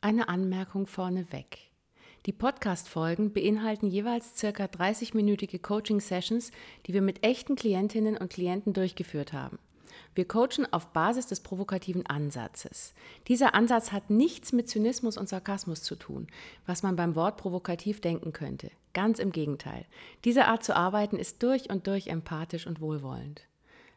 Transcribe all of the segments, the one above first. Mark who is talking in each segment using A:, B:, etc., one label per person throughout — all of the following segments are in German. A: Eine Anmerkung vorneweg. Die Podcast-Folgen beinhalten jeweils circa 30-minütige Coaching-Sessions, die wir mit echten Klientinnen und Klienten durchgeführt haben. Wir coachen auf Basis des provokativen Ansatzes. Dieser Ansatz hat nichts mit Zynismus und Sarkasmus zu tun, was man beim Wort provokativ denken könnte. Ganz im Gegenteil. Diese Art zu arbeiten ist durch und durch empathisch und wohlwollend.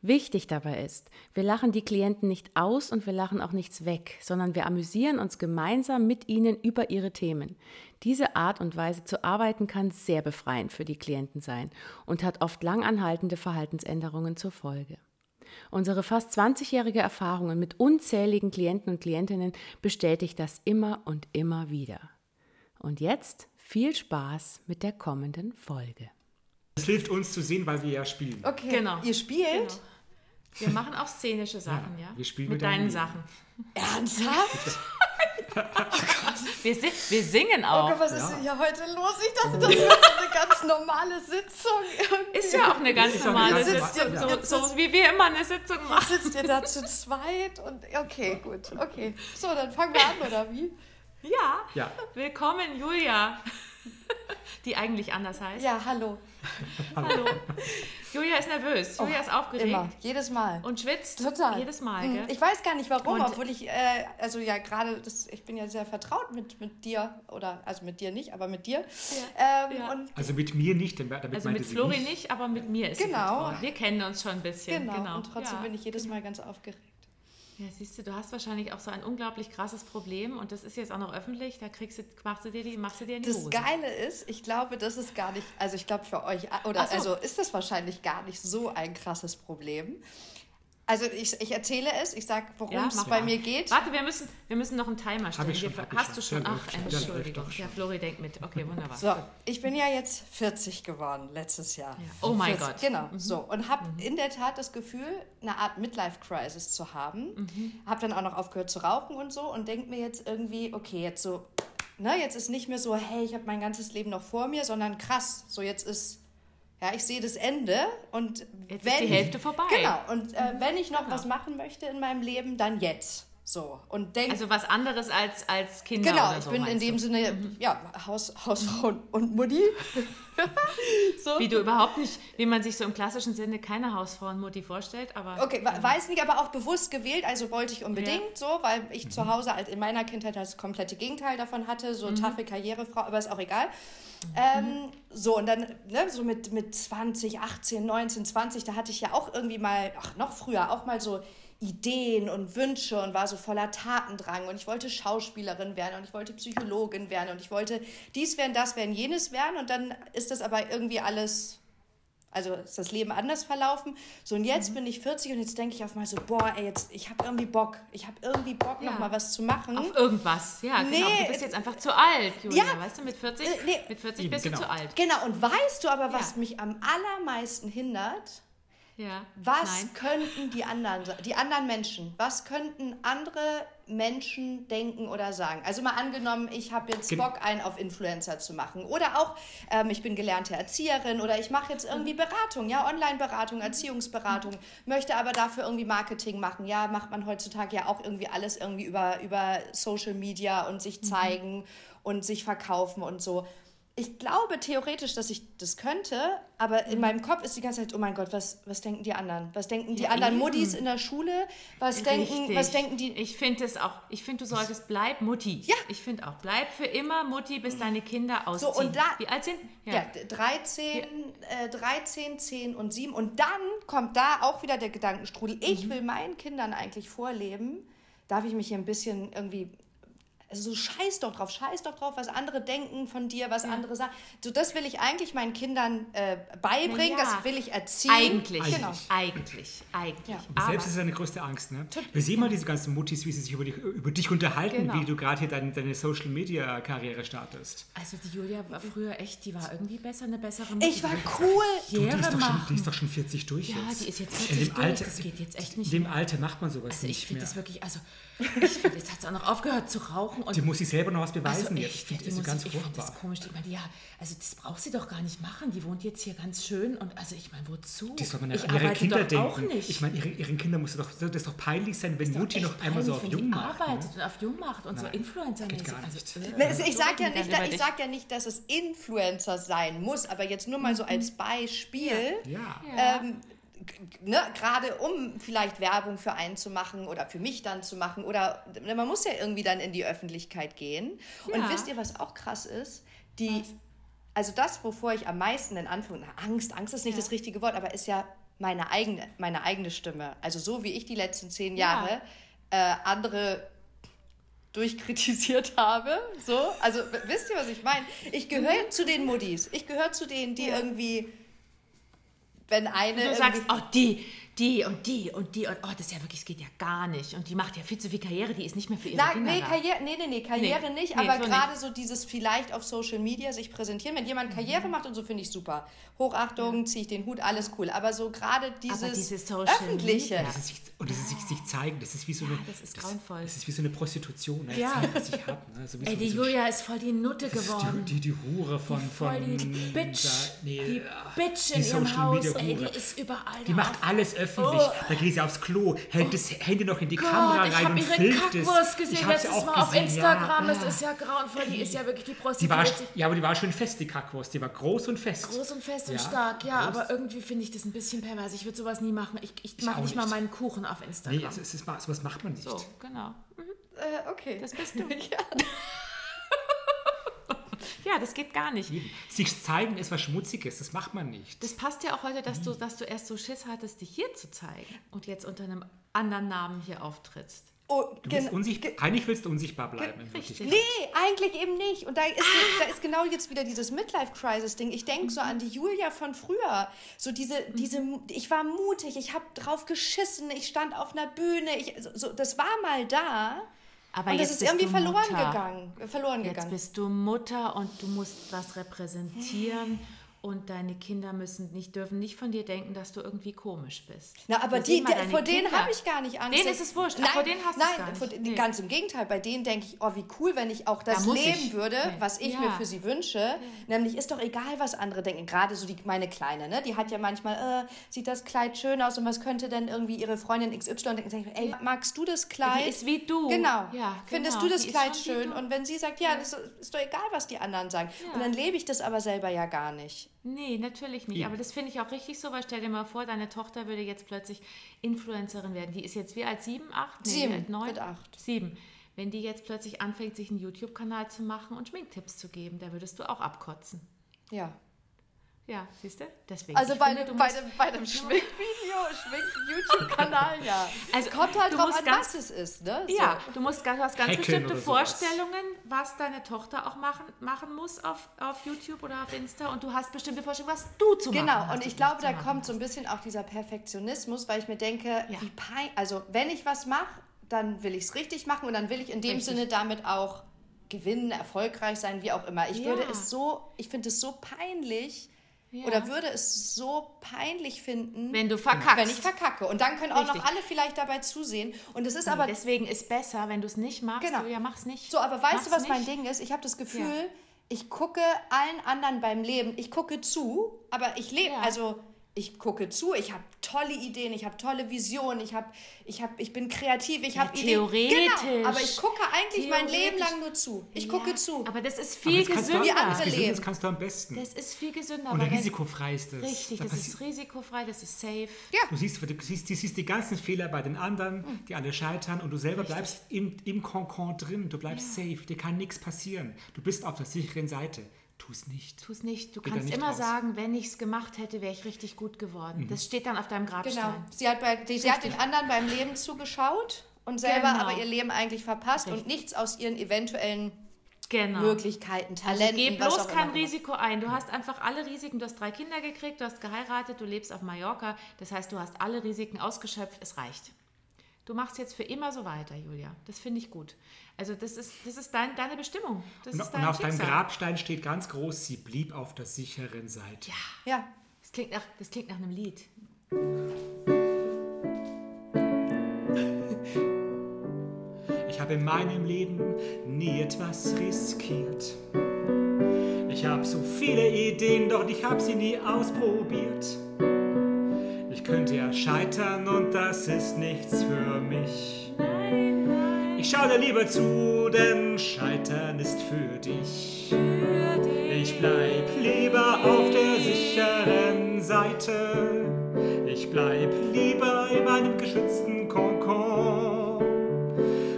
A: Wichtig dabei ist, wir lachen die Klienten nicht aus und wir lachen auch nichts weg, sondern wir amüsieren uns gemeinsam mit ihnen über ihre Themen. Diese Art und Weise zu arbeiten kann sehr befreiend für die Klienten sein und hat oft langanhaltende Verhaltensänderungen zur Folge. Unsere fast 20-jährige Erfahrungen mit unzähligen Klienten und Klientinnen bestätigt das immer und immer wieder. Und jetzt viel Spaß mit der kommenden Folge.
B: Das hilft uns zu sehen, weil wir ja spielen.
C: Okay.
D: Genau.
C: Ihr spielt?
D: Genau. Wir machen auch szenische Sachen, ja?
B: wir spielen
D: mit
B: mit
D: deinen
B: deinem Leben.
D: Sachen.
C: Ernsthaft?
D: Wir, si wir singen
C: Oh
D: auch.
C: Gott, was
B: ja.
C: ist denn hier heute los? Ich dachte, das wäre so eine ganz normale Sitzung. Irgendwie.
D: ist ja auch eine ganz
B: Ist doch eine
D: normale
B: ganz
D: Sitzung,
C: normale-
D: so, so wie wir immer eine Sitzung machen.
C: Jetzt sitzt ihr da zu zweit und okay, gut, okay. So, dann fangen wir an, oder wie?
D: Ja.
B: Ja.
D: Willkommen, Julia. Die eigentlich anders heißt.
C: Ja, hallo.
D: Hallo. Julia ist nervös. Julia ist aufgeregt
C: Oh, Immer, jedes Mal.
D: und schwitzt
C: Total.
D: jedes Mal.
C: Mhm.
D: Gell?
C: Ich weiß gar nicht warum,
D: Und-
C: obwohl ich, äh, also ja, gerade, das- ich bin ja sehr vertraut mit, mit dir, oder, also mit dir nicht, aber mit dir. Ähm,
D: Ja.
C: Und
B: Also mit mir nicht, denn damit
D: also
B: meinte
D: mit
B: sie
D: Flori
B: mich.
D: nicht, aber mit mir ist
C: Genau.
D: sie vertraut. Wir kennen uns schon ein bisschen.
C: genau,
D: Genau.
C: und trotzdem
D: ja. genau.
C: bin ich jedes Mal ganz aufgeregt.
D: Ja, siehst du, du hast wahrscheinlich auch so ein unglaublich krasses Problem und das ist jetzt auch noch öffentlich. Da kriegst du, machst du dir die, machst du dir in die
C: Das
D: Hose.
C: Geile ist, ich glaube, das ist gar nicht, also ich glaube für euch, oder
D: Ach so.
C: also ist das wahrscheinlich gar nicht so ein krasses Problem. Also ich, ich erzähle es, ich sage, worum
D: Ja,
C: es
D: mach
C: bei
D: mal.
C: mir geht.
D: Warte, wir müssen, wir müssen noch einen Timer stellen.
B: ich schon,
D: wir,
B: hab ich
D: hast
B: schon.
D: du schon?
B: Ja,
D: Ach,
B: läuft schon. Ja, läuft
D: Entschuldigung.
B: doch schon.
D: Ja, Flori denkt mit. Okay, wunderbar.
C: So, ich bin ja jetzt 40 geworden letztes Jahr.
D: Oh mein
C: 40,
D: Gott. Mhm.
C: Genau, so. Und habe in der Tat das Gefühl, eine Art Midlife-Crisis zu haben.
D: Mhm.
C: Habe dann auch noch aufgehört zu rauchen und so und denke mir jetzt irgendwie, okay, jetzt so, ne, jetzt ist nicht mehr so, hey, ich habe mein ganzes Leben noch vor mir, sondern krass, so jetzt ist, ja, ich sehe das Ende und
D: Jetzt ist die Hälfte vorbei. Mhm. Genau.
C: Genau, und äh, wenn ich noch was machen möchte in meinem Leben, dann jetzt. So, und denke
D: Also was anderes als, als Kinder
C: Genau,
D: oder
C: ich
D: so,
C: bin in
D: meinst
C: dem
D: du? Mhm.
C: Sinne ja, Haus, Hausfrau und- und Mutti. so.
D: Wie du überhaupt nicht, wie man sich so im klassischen Sinne keine Hausfrauenmutti vorstellt, aber
C: Okay, wa- weiß nicht, aber auch bewusst gewählt, also wollte ich unbedingt so, weil ich zu Hause als in meiner Kindheit das komplette Gegenteil davon hatte, so taffe Karrierefrau, aber ist auch egal. Ähm, so, und dann, ne, so mit, mit 20, 18, 19, 20, da hatte ich ja auch irgendwie mal, ach, noch früher, auch mal so Ideen und Wünsche und war so voller Tatendrang und ich wollte Schauspielerin werden und ich wollte Psychologin werden und ich wollte dies werden, das werden, jenes werden und dann ist das aber irgendwie alles also ist das Leben anders verlaufen. So und
D: Mhm.
C: jetzt bin ich 40 und jetzt denke ich auf mal so, boah, ey, jetzt ich habe irgendwie Bock, ich habe irgendwie Bock
D: Ja.
C: noch mal was zu machen.
D: auf irgendwas. Ja, genau.
C: Nee,
D: Du bist
C: es-
D: jetzt einfach zu alt, Julia.
C: Ja.
D: Weißt du, mit 40,
C: Äh, nee.
D: mit 40
B: Eben,
D: bist
B: genau.
D: du zu alt.
C: genau und weißt du aber was mich am allermeisten hindert?
D: Ja.
C: Was
D: Nein.
C: könnten die anderen sa- die anderen Menschen? Was könnten andere Menschen denken oder sagen? Also mal angenommen, ich habe jetzt
B: Gen-
C: Bock einen auf Influencer zu machen oder auch ähm, ich bin gelernte Erzieherin oder ich mache jetzt irgendwie
D: Mhm.
C: Beratung, ja, Online-Beratung, Erziehungsberatung, möchte aber dafür irgendwie Marketing machen. Ja, macht man heutzutage ja auch irgendwie alles irgendwie über über Social Media und
D: Mhm.
C: sich zeigen und sich verkaufen und so. Ich glaube theoretisch, dass ich das könnte, aber
D: Mhm.
C: in meinem Kopf ist die ganze Zeit, oh mein Gott, was, was denken die anderen? Was denken die
D: Ja,
C: anderen
D: eben.
C: Muddis in der Schule? Was denken,
D: Richtig.
C: was denken die?
D: Ich finde es auch. Ich finde, du solltest bleib Mutti.
C: Ja.
D: Ich finde auch bleib für immer Mutti, bis deine Kinder ausziehen.
C: und da-
D: Wie alt sind?
C: Ja, 13, Äh, 13, 10 und 7. Und dann kommt da auch wieder der
D: Mhm.
C: Gedankenstrudel. Ich will meinen Kindern eigentlich vorleben, darf ich mich hier ein bisschen irgendwie Also so scheiß doch drauf, scheiß doch drauf, was andere denken von dir, was andere sagen. So, das will ich eigentlich meinen Kindern äh, beibringen,
D: Na ja.
C: das will ich erziehen.
D: Eigentlich,
C: Genau.
D: eigentlich, eigentlich.
C: Ja.
D: Aber
B: Selbst ist seine größte Angst, ne? Wir sehen mal diese ganzen Muttis, wie sie sich über, die, über dich unterhalten,
D: Genau.
B: wie du gerade hier deine, deine Social-Media-Karriere startest.
D: also die Julia war früher echt, die war irgendwie besser, eine bessere Mutter.
C: Ich war cool.
B: Du, die,
D: Karriere
B: ist doch schon, die
D: machen.
B: ist doch schon 40 durch
D: Ja,
B: jetzt.
D: die ist jetzt
B: In
D: 40
B: dem
D: durch,
B: Alter,
D: das geht jetzt echt nicht
B: In dem Alter macht man sowas
D: Also ich
B: nicht
D: finde
B: mehr.
D: das wirklich, also ich finde, jetzt hat sie auch noch aufgehört zu rauchen und
B: Die muss sich selber noch was beweisen
D: also
B: jetzt. Ich finde
D: die
B: das ist
D: muss-
B: ganz
D: ich find das
B: furchtbar.
D: komisch. Ich meine, ja, also das braucht sie doch gar nicht machen. Die wohnt jetzt hier ganz schön und also ich meine, wozu?
B: Die soll man
D: ich
B: an ihre
D: arbeite
B: Kinder
D: doch
B: denken.
D: auch nicht.
B: Ich meine, ihre, ihren Kindern muss doch, das ist doch peinlich sein, wenn Mutti
D: Echt
B: noch einmal so auf
D: peinlich, wenn
B: Jung
D: die
B: macht.
D: arbeitet
B: Ne?
D: und auf Jung macht und so
B: Nein,
D: Influencer-mäßig.
B: geht gar nicht.
D: Also, äh,
C: Ne, es- Ich
D: so
C: sag ja
D: reden wir
C: nicht,
D: dann
C: da,
D: über
C: ich
D: dich.
C: sag ja nicht, dass es Influencer sein muss, aber jetzt nur mal so als Beispiel.
B: Ja.
D: Mhm. Ja.
C: ähm, g- g- ne, gerade um vielleicht Werbung für einen zu machen oder für mich dann zu machen oder ne, man muss ja irgendwie dann in die Öffentlichkeit gehen.
D: Ja.
C: Und wisst ihr, was auch krass ist? Die, also das, wovor ich am meisten in Anführung, na, Angst, Angst ist nicht
D: Ja.
C: das richtige Wort, aber ist ja meine eigene, meine eigene Stimme. Also so wie ich die letzten zehn
D: Ja.
C: Jahre äh, andere durchkritisiert habe. So, also w- wisst ihr, was ich meine? Ich
D: Mhm.
C: gehöre zu den Muddis. Ich gehöre zu denen, die irgendwie, wenn eine
D: Du
C: irgendwie-
D: sagst, oh, die, die und die und die und oh, das ist ja wirklich, das geht ja gar nicht. Und die macht ja viel zu viel Karriere, die ist nicht mehr für ihre
C: Na,
D: Kinder
C: nee,
D: da.
C: Karriere, nee, nee, nee, Karriere
D: Nee,
C: nicht,
D: nee,
C: aber
D: so
C: gerade so dieses vielleicht auf Social Media sich präsentieren, wenn jemand Karriere
D: Mhm.
C: macht und so finde ich super. Hochachtung, ziehe ich den Hut, alles cool. Aber so gerade dieses
D: dieses Social
C: öffentliche.
D: Media.
B: Das ist sich, und das ist sich, sich zeigen, das ist wie so eine,
D: Ah, das ist grauenvoll.
B: Das ist wie so eine Prostitution, ne?
D: Ja.
B: Zeigen, was ich hab, ne? so wie
D: Ey,
B: so,
D: die
B: so
D: Julia ist voll die Nutte geworden.
B: Die, die, die Hure von.
D: voll die
B: von
D: Bitch.
B: Da, nee,
D: die
B: ah,
D: Bitch
B: die
D: in ihrem
B: Social
D: Haus,
B: Media
D: ey,
B: Hure.
D: die ist überall.
B: Die macht alles öffentlich.
D: Oh.
B: Da geht sie aufs Klo, hält das Handy noch in die
D: Gott,
B: Kamera
D: ich
B: rein
D: habe
B: und
D: ihre
B: filmt es.
D: Kackwurst gesehen
B: hab sie
D: letztes
B: auch
D: Mal auf
B: gesehen,
D: Instagram.
B: Ja.
D: Das ist ja grauenvoll. Die ist ja wirklich die
B: Die war,
D: Prostituierte.
B: ja, aber die war schön fest, die Kackwurst. Die war groß und fest.
D: Groß und fest und
B: Ja,
D: stark, ja,
B: groß.
D: aber irgendwie finde ich das ein bisschen pervers. Ich würde sowas nie machen. Ich, ich mache
B: auch
D: nicht mal
B: nicht.
D: meinen Kuchen auf Instagram.
B: Nee, es ist, es ist, mal- sowas macht man nicht.
D: so, genau.
C: Äh, okay.
D: Das bist du. ja. das geht gar nicht.
B: Sich zeigen ist was Schmutziges, das macht man nicht.
D: Das passt ja auch heute, dass du, dass du erst so Schiss hattest, dich hier zu zeigen und jetzt unter einem anderen Namen hier auftrittst.
C: Oh,
B: Du willst
C: gen-
B: unsichtbar, eigentlich willst du unsichtbar bleiben. in Wirklichkeit.
D: Richtig.
C: Nee, eigentlich eben nicht. Und da ist, da ist genau jetzt wieder dieses Midlife-Crisis-Ding. Ich denke so an die Julia von früher. So diese,
D: Mhm.
C: diese, ich war mutig, ich habe drauf geschissen, ich stand auf einer Bühne. Ich, so, so, das war mal da.
D: Aber
C: und das
D: jetzt
C: ist
D: bist
C: irgendwie
D: du
C: verloren
D: Mutter.
C: gegangen. äh, Verloren
D: Jetzt
C: gegangen.
D: bist du Mutter und du musst was
C: Hm.
D: repräsentieren und deine Kinder müssen nicht, dürfen nicht von dir denken, dass du irgendwie komisch bist.
C: Na, aber
D: Da
C: die,
D: sehen wir
C: die,
D: deine
C: vor denen
D: Kinder.
C: habe ich gar nicht Angst.
D: Denen ist es wurscht. Ach,
C: Nein,
D: vor denen hast du
C: nein,
D: es gar nicht.
C: Vor, denen-
D: Nee.
C: ganz im Gegenteil. Bei denen denke ich, oh, wie cool, wenn ich auch das
D: muss
C: leben
D: ich.
C: würde,
D: Nee.
C: was ich
D: Ja.
C: mir für sie wünsche. Nämlich ist doch egal, was andere denken. Gerade so die, meine Kleine, ne? die hat ja manchmal, äh, sieht das Kleid schön aus und was könnte denn irgendwie ihre Freundin XY denken? Sag ich, ey, magst du das Kleid?
D: Die ist wie du.
C: Genau.
D: Ja,
C: Findest
D: genau.
C: du das
D: Die ist
C: Kleid
D: schon wie
C: schön?
D: du.
C: Und wenn sie sagt, ja, das ist, ist doch egal, was die anderen sagen. Und dann lebe ich das aber selber ja gar nicht.
D: Nee, natürlich nicht. Aber das finde ich auch richtig so, weil stell dir mal vor, deine Tochter würde jetzt plötzlich Influencerin werden. Die ist jetzt wie alt? Sieben, acht? Nee, wie
C: Sieben,
D: alt? Neun?
C: wird acht.
D: Sieben. Wenn die jetzt plötzlich anfängt, sich einen YouTube-Kanal zu machen und Schminktipps zu geben, da würdest du auch abkotzen.
C: Ja.
D: Ja, siehst du? Deswegen.
C: Also
D: ich
C: bei,
D: finde,
C: dem,
D: du
C: bei,
D: musst-
C: dem, bei dem Schminkvideo, Schmink-YouTube-Kanal, ja.
D: Also,
C: Also, Kommt halt
D: du
C: drauf
D: musst
C: an,
D: ganz-
C: was es ist, ne?
D: Ja, du musst ganz, hast ganz
B: Häkeln
D: bestimmte
B: oder sowas.
D: Vorstellungen, was deine Tochter auch machen, machen muss auf, auf YouTube oder auf Insta und du hast bestimmte Vorstellungen, was du zu
C: So.
D: machen
C: Genau,
D: hast.
C: und ich
D: nicht
C: glaube,
D: zu
C: da
D: machen
C: kommt so
D: hast.
C: ein bisschen auch dieser Perfektionismus, weil ich mir denke,
D: Ja.
C: wie pein also wenn ich was mache, dann will ich es richtig machen und dann will ich in dem
D: Richtig.
C: Sinne damit auch gewinnen, erfolgreich sein, wie auch immer. Ich
D: Ja.
C: würde es so, ich finde es so peinlich
D: Ja.
C: oder würde es so peinlich finden,
D: Wenn du verkackst.
C: wenn ich verkacke. Und dann können auch noch
D: Richtig.
C: alle vielleicht dabei zusehen. Und es ist aber
D: Deswegen ist besser, wenn du es nicht machst,
C: Genau.
D: du ja mach's nicht.
C: So, aber weißt
D: Mach's
C: du, was mein
D: nicht.
C: Ding ist? Ich habe das Gefühl, ich gucke allen anderen beim Leben. Ich gucke zu, aber ich lebe.
D: Ja.
C: Also ich gucke zu. Ich habe tolle Ideen, ich habe tolle Visionen, ich habe, ich habe, ich bin kreativ, ich habe Ideen.
D: theoretisch.
C: Genau, aber ich gucke eigentlich mein Leben
D: Theoretisch.
C: lang nur zu. Ich gucke
D: ja,
C: zu.
D: Aber das ist
B: Aber
D: viel
B: das kannst du am-
C: Wie
D: gesünder.
C: andere
B: das Gesünder-
C: leben.
B: Das kannst du am besten.
D: Das ist viel gesünder.
B: und
D: weil wenn-
B: risikofrei ist das.
D: Richtig,
B: Da
D: das
B: passi-
D: ist risikofrei, das ist safe.
B: Du siehst, du, siehst, du siehst die ganzen Fehler bei den anderen,
D: Hm.
B: die alle scheitern und du selber bleibst im, im Konkon drin. Du bleibst safe, dir kann nichts passieren. Du bist auf der sicheren Seite. Tu es nicht.
D: Tu es nicht. Du
B: Geh da
D: kannst
B: nicht
D: immer
B: raus. Mhm.
D: sagen, wenn ich es gemacht hätte, wäre ich richtig gut geworden. Das steht dann auf deinem
C: Genau.
D: Grabstein.
C: Sie hat, bei, die, sie hat den anderen beim Leben zugeschaut und selber
D: Genau.
C: aber ihr Leben eigentlich verpasst
D: Richtig.
C: und nichts aus ihren eventuellen
D: Genau.
C: Möglichkeiten, Talenten,
D: Geh
C: was
D: bloß
C: auch
D: kein
C: immer.
D: Risiko ein. Du hast einfach alle Risiken. Du hast drei Kinder gekriegt, du hast geheiratet, du lebst auf Mallorca. Das heißt, du hast alle Risiken ausgeschöpft. Es reicht. Du machst jetzt für immer so weiter, Julia. Das finde ich gut. Also das ist, das ist dein, deine Bestimmung. Das
B: Und,
D: ist
B: und
D: dein
B: auf deinem
D: Schicksal.
B: Grabstein steht ganz groß, sie blieb auf der sicheren Seite.
C: Ja,
D: Das klingt, nach, das klingt nach einem Lied.
B: Ich habe in meinem Leben nie etwas riskiert. Ich habe so viele Ideen, doch ich habe sie nie ausprobiert. Ich könnte ja scheitern und das ist nichts für mich. Ich schaue dir lieber zu, denn Scheitern ist für dich. Ich bleib lieber auf der sicheren Seite. Ich bleib lieber in meinem geschützten Konkord.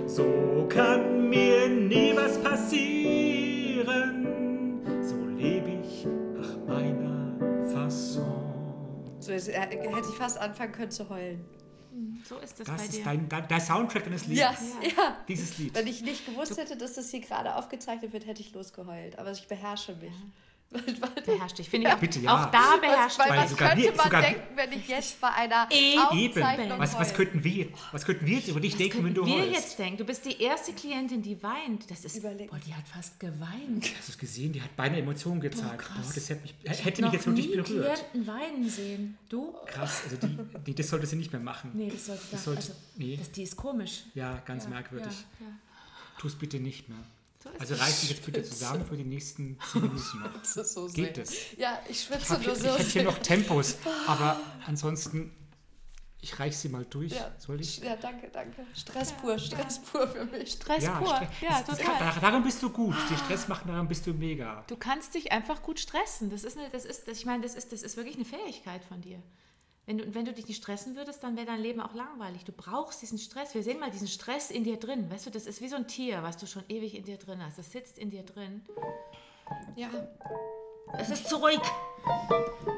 B: So kann mir nie was passieren. So lebe ich nach meiner Fasson.
C: so ist, äh, hätte ich fast anfangen können zu heulen.
D: So ist das, bei
B: Das
D: dir.
B: ist dein, dein, dein Soundtrack deines Liedes.
C: Ja, ja.
B: Dieses Lied.
C: Wenn ich nicht gewusst hätte, dass das hier gerade aufgezeichnet wird, hätte ich losgeheult. Aber ich beherrsche mich.
D: beherrscht dich. Finde ich auch,
B: Bitte, ja.
D: auch da
C: Was,
D: Ah, beherrscht
C: weil
B: Weil
C: was
B: sogar
C: könnte
B: wir-
C: man
B: sogar wir-
C: denken, wenn ich jetzt bei einer
B: Eben.
C: Aufzeichnung
B: Was, was,
C: heule?
B: könnten wir, was könnten wir jetzt über dich denken, wenn
D: Könnten
B: du
D: wir
B: heulst?
D: jetzt denken, du bist die erste Klientin, die weint. Das ist
C: Überleg.
A: Boah, die hat fast geweint.
B: Hast du es gesehen? Die hat beinahe Emotionen gezeigt. Boah,
D: krass.
B: das hätte mich, hätte mich jetzt wirklich
A: nie
B: berührt.
A: Klienten weinen sehen. Du?
B: Krass, also die, die, das sollte sie nicht mehr machen.
A: Nee, das sollte,
B: Das sollte-
A: also,
B: nee.
A: das, die ist komisch.
B: Ja, ganz merkwürdig. Tu es bitte nicht mehr. Also reiß dich jetzt bitte zusammen für die nächsten zehn Minuten noch.
C: Das ist so
B: Geht
C: sehr-
B: es?
C: Ja, ich
B: Ich
C: schwitze
B: habe hier,
C: nur
B: ich
C: so.
B: hab hier
C: sehr.
B: noch Tempos, aber ansonsten, ich reiche sie mal durch.
C: Ja.
B: Soll ich?
C: Ja, danke, danke. Stress pur, Stress pur für mich.
D: Stress pur.
B: Stress-
D: Ja,
B: das- das
D: total.
B: kann- dar- darin bist du gut. Die Stress machen, darin bist du mega.
D: Du kannst dich einfach gut stressen. Das ist, eine, das ist, das, ich meine, das ist, das ist wirklich eine Fähigkeit von dir. Wenn du, wenn du dich nicht stressen würdest, dann wäre dein Leben auch langweilig. Du brauchst diesen Stress. Wir sehen mal diesen Stress in dir drin. Weißt du, das ist wie so ein Tier, was du schon ewig in dir drin hast. Das sitzt in dir drin.
C: Ja,
D: Es ist zu ruhig.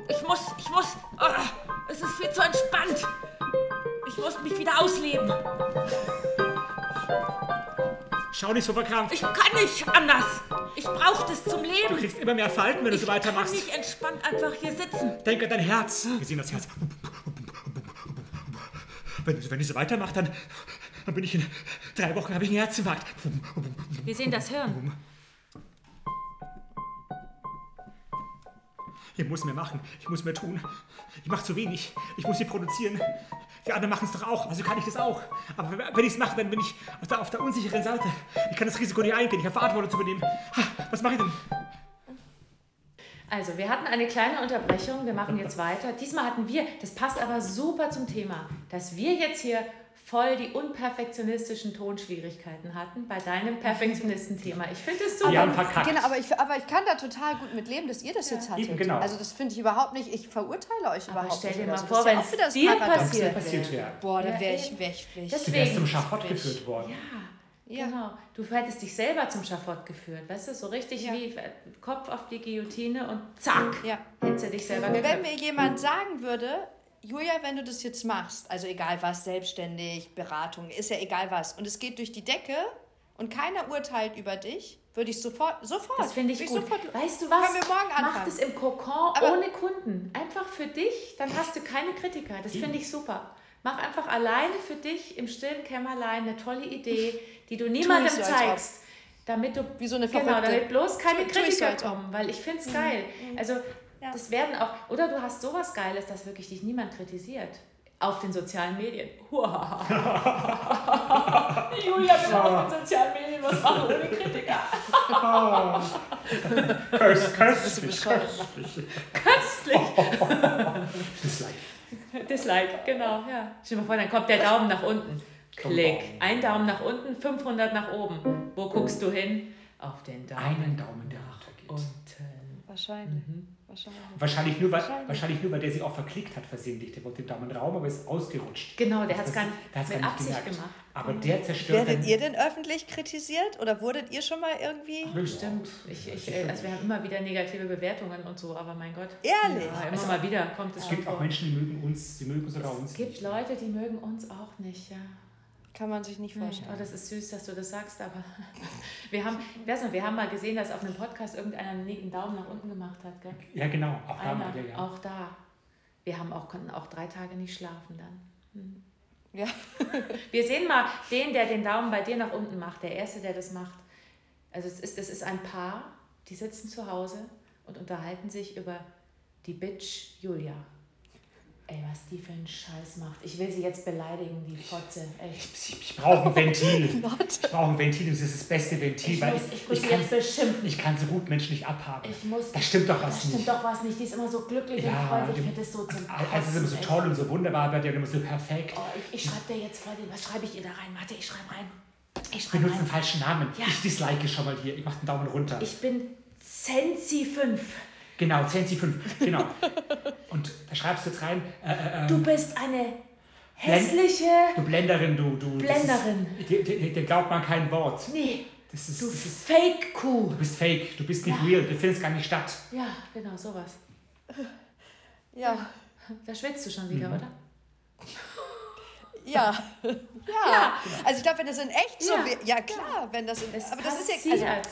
D: Ich muss, ich muss. Ah, es ist viel zu entspannt. Ich muss mich wieder ausleben.
B: Schau nicht so verkrampft.
D: Ich kann nicht anders. Ich brauche das zum
B: Du
D: Leben.
B: kriegst immer mehr Falten, wenn du so weitermachst.
D: Ich kann nicht entspannt einfach hier sitzen.
B: Denk an dein Herz. Wir sehen das Herz. Wenn, wenn ich so weitermache, dann, dann bin ich in drei Wochen habe ich einen Herzinfarkt.
D: Wir sehen das Hirn.
B: Ich muss mehr machen. Ich muss mehr tun. Ich mache zu wenig. Ich muss sie produzieren. Die anderen machen es doch auch. Also kann ich das auch. Aber wenn ich es mache, dann bin ich auf der, auf der unsicheren Seite. Ich kann das Risiko nicht eingehen. Ich habe Verantwortung zu übernehmen. Ha, was mache ich denn?
D: Also, wir hatten eine kleine Unterbrechung. Wir machen jetzt weiter. Diesmal hatten wir, das passt aber super zum Thema, dass wir jetzt hier voll die unperfektionistischen Tonschwierigkeiten hatten bei deinem Perfektionisten-Thema. Ich finde es super.
B: Wir haben verkackt.
C: genau, aber ich, aber ich kann da total gut mit leben, dass ihr das jetzt hattet.
B: eben, genau.
C: Also das finde ich überhaupt nicht, ich verurteile euch
D: aber
C: überhaupt
D: stell
C: nicht.
D: dir
C: oder
D: mal
C: so.
D: vor,
C: Das
D: wenn
C: ist ja auch wieder
D: es
C: das
D: dir
C: Paradox.
D: passiert, wäre.
B: wäre.
C: Boah,
D: Ja,
C: dann wäre ich
D: eben.
C: weg, weg.
D: Das-
B: Du wärst zum
D: Deswegen.
B: Schafott geführt worden.
C: Ja.
D: Genau. Du hättest dich selber zum Schafott geführt, weißt du? So richtig
C: Ja.
D: wie äh, Kopf auf die Guillotine und zack,
C: Ja.
D: hättest du dich selber
C: Wenn
D: geköpft.
C: mir jemand sagen würde, Julia, wenn du das jetzt machst, also egal was, selbstständig, Beratung, ist ja egal was, und es geht durch die Decke und keiner urteilt über dich, würde ich sofort, sofort,
D: Das finde ich
C: würde
D: gut.
C: sofort,
D: weißt du was?
C: Können wir morgen
D: Mach
C: anfangen.
D: das im Kokon
C: Aber-
D: ohne Kunden. Einfach für dich, dann hast du keine Kritiker. Das finde ich super. Mach einfach alleine für dich im stillen Kämmerlein eine tolle Idee, die du niemandem
C: so, als
D: zeigst. Damit du
C: Wie so eine
D: genau,
C: Verrückte.
D: damit bloß keine
C: Tu- tu ich so,
D: Kritiker
C: als ob. Mhm.
D: kommen, weil ich finde es geil. Also das werden auch oder du hast sowas Geiles, dass wirklich dich niemand kritisiert auf den sozialen Medien. Huahaha. Julia will auf den sozialen Medien was machen ohne Kritiker.
B: Curse, curse.
C: bescheuert.
D: Köstlich.
B: Dislike.
D: Dislike, genau, ja. Stell dir mal vor, dann kommt der Daumen nach unten. Klick. Ein Daumen nach unten, 500 nach oben. Wo guckst du hin? Auf den Daumen
B: Einen Daumen, der runtergeht.
D: unten.
C: Wahrscheinlich, wahrscheinlich.
B: Wahrscheinlich nur, weil, wahrscheinlich nur, weil der sich auch verklickt hat versehentlich. Der wollte den Daumen raum, aber ist ausgerutscht.
D: Genau, der hat es
B: Das-
D: gar nicht
B: der hat's
D: mit
B: gar
D: Absicht
B: gemerkt.
D: gemacht.
B: Aber der zerstört
C: Werdet
B: dann-
C: ihr denn öffentlich kritisiert oder wurdet ihr schon mal irgendwie?
D: Stimmt. Ich, ich, äh, also wir haben immer wieder negative Bewertungen und so, aber mein Gott.
C: Ehrlich?
D: Ja, immer mal wieder kommt es
B: Es
D: schon
B: gibt auch
D: vor.
B: Menschen, die mögen uns, sie mögen sogar uns.
D: Es gibt
B: nicht.
D: Leute, die mögen uns auch nicht, ja.
C: Kann man sich nicht vorstellen.
D: Oh, das ist süß, dass du das sagst, aber wir haben, ich weiß noch, wir haben mal gesehen, dass auf einem Podcast irgendeiner einen linken Daumen nach unten gemacht hat, gell?
B: Ja, genau. Auch da
D: Einer,
B: mal wieder, ja.
D: auch da. Wir haben auch, konnten auch drei Tage nicht schlafen dann.
C: Ja.
D: Wir sehen mal den, der den Daumen bei dir nach unten macht, der Erste, der das macht. Also es ist, es ist ein Paar, die sitzen zu Hause und unterhalten sich über die Bitch Julia. Ey, was die für einen Scheiß macht. Ich will sie jetzt beleidigen, die Fotze. Ey.
B: Ich, ich brauche ein Ventil.
C: Leute.
B: Ich brauche ein Ventil, das ist das beste Ventil,
D: Ich
B: weil
D: muss, ich muss
B: ich
D: sie
B: kann,
D: jetzt beschimpfen.
B: ich kann so gut Menschen nicht abhaben.
D: Ich muss-
B: da stimmt doch was
D: Da stimmt
B: nicht.
D: doch was nicht. Die ist immer so glücklich und
B: ja,
D: freundlich. Ich
B: die-
D: finde das so zum
B: also es ist immer so
D: Kotzen,
B: toll und so wunderbar, wird ja immer so perfekt.
D: ey. Oh, ich ich schreibe dir jetzt voll den. Was schreibe ich ihr da rein? Warte, ich schreibe rein. Ich schreibe
B: Benutzt den
D: rein.
B: falschen Namen.
D: Ja.
B: Ich dislike schon mal hier. Ich mache den Daumen runter.
D: Ich bin Sensi 5.
B: genau, 10 zu 5. Genau. und da schreibst du jetzt rein, äh, äh, äh,
D: Du bist eine hässliche.
B: du Blenderin, du. du das
D: Blenderin.
B: Ist, dir, dir, dir glaubt man kein Wort.
D: Nee,
B: Das ist,
D: du
B: das ist,
D: Fake-Kuh.
B: du bist fake, du bist nicht real, du findest gar nicht statt.
D: Ja, genau, sowas.
C: Ja.
D: Da schwitzt du schon wieder, oder?
C: Ja. ja. Also ich glaube, wenn das in echt so
D: Ja.
C: wäre. Ja, klar, wenn das in
D: Es
C: Aber das ist ja.
D: passiert.
C: Also,